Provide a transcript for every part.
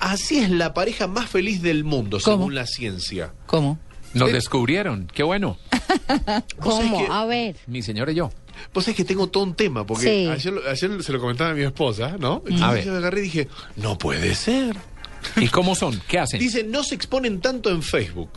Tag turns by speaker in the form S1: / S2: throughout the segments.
S1: Así es la pareja más feliz del mundo,
S2: ¿Cómo?
S1: según la ciencia.
S2: ¿Cómo?
S3: Nos
S1: Eh.
S3: descubrieron. Qué bueno.
S1: Vos sabés
S4: ¿Cómo?
S1: que-
S4: A ver.
S3: Mi señora y yo.
S1: Pues es que tengo todo un tema, porque
S4: Sí.
S1: ayer, lo- ayer se lo comentaba a mi esposa, ¿no? Entonces
S3: A ver.
S1: yo agarré y dije, no puede ser.
S3: ¿Y cómo son? ¿Qué hacen?
S1: Dice, no se exponen tanto en Facebook,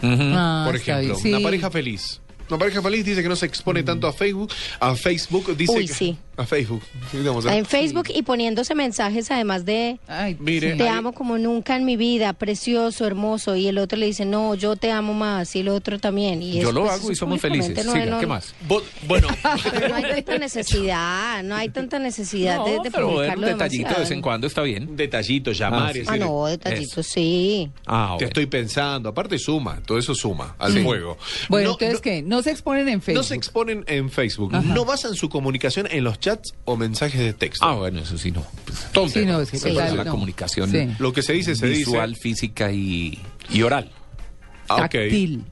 S3: Ujú.
S2: Ah,
S1: Mm, por
S2: está
S1: ejemplo.
S2: bien. Sí.
S1: Una pareja feliz. Una pareja feliz dice que no se expone tanto a Facebook. A Facebook dice
S4: Uy,
S1: que-
S4: sí.
S1: A Facebook. sí, digamos, ¿eh?
S4: En Facebook y poniéndose mensajes además de
S2: Ay,
S1: Mire,
S2: sí.
S4: te
S1: ahí-
S4: amo como nunca en mi vida, precioso, hermoso, y el otro le dice, no, yo te amo más, y el otro también. Y
S3: Yo
S4: eso,
S3: lo
S4: pues,
S3: hago y
S4: eso
S3: somos
S4: públicamente
S3: felices.
S4: no-
S3: Siga,
S4: no-
S3: ¿qué más?
S1: Vos- bueno,
S4: Pero no hay tanta necesidad, no hay tanta necesidad
S3: No,
S4: de, de
S3: pero bueno, un
S4: publicarlo
S3: detallito de vez en
S4: demasiado.
S3: cuando está bien.
S1: un detallito, llamar.
S3: Ah, sí.
S1: y
S4: Ah,
S1: decir,
S4: no, detallitos, sí.
S3: Ah,
S1: Te
S3: bueno.
S1: estoy pensando. Aparte suma, todo eso suma al juego.
S2: Bueno,
S1: No,
S2: entonces,
S1: no-
S2: ¿qué? No se exponen en Facebook.
S1: No se exponen en Facebook. No basan su comunicación en los chats o mensajes de texto.
S3: Ah, bueno, eso sí no. Pues, todo un
S2: Sí,
S3: tema.
S2: no, es que
S3: Pero
S2: total,
S3: la
S2: no.
S3: comunicación
S2: Sí.
S1: Lo que se dice, se
S3: visual,
S1: dice.
S3: física y, y oral.
S1: Ah, ok.
S2: Táctil.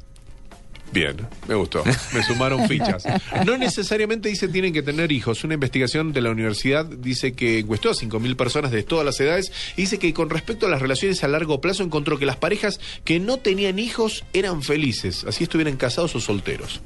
S1: Bien, me gustó. Me sumaron fichas. No necesariamente dice tienen que tener hijos. Una investigación de la universidad dice que encuestó a 5.000 personas de todas las edades y dice que con respecto a las relaciones a largo plazo encontró que las parejas que no tenían hijos eran felices, así estuvieran casados o solteros.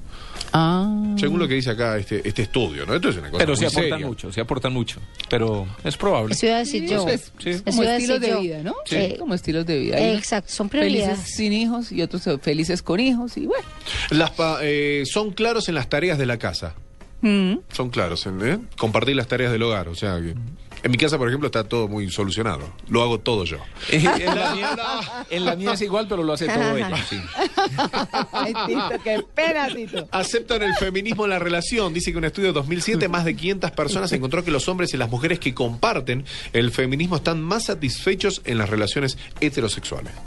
S2: Ah.
S1: Según lo que dice acá este, este estudio, ¿no? Esto es una cosa
S3: Pero
S1: muy
S3: se aportan
S1: seria.
S3: mucho, se aportan mucho. Pero es probable.
S4: Eso iba a decir yo.
S2: Eso es,
S3: Sí. pues,
S2: es
S4: Eso
S2: pues, como
S4: iba a
S2: estilos
S4: decir
S2: de
S4: yo.
S2: vida, ¿no?
S4: Sí.
S2: Sí, Como estilos de vida. Hay unos
S4: Exacto, son prioridades.
S2: Felices sin hijos y otros felices con hijos y bueno.
S1: Las pa- eh, son claros en las tareas de la casa.
S2: Mm.
S1: Son claros, en- ¿eh? Compartir las tareas del hogar, o sea que- En mi casa, por ejemplo, está todo muy solucionado. Lo hago todo yo.
S3: en, la mía, en la mía es igual, pero lo hace todo ella. sí.
S2: Ay, Tito, qué pena, Tito.
S1: Aceptan el feminismo en la relación. Dice que un estudio de 2007, más de 500 personas encontró que los hombres y las mujeres que comparten el feminismo están más satisfechos en las relaciones heterosexuales.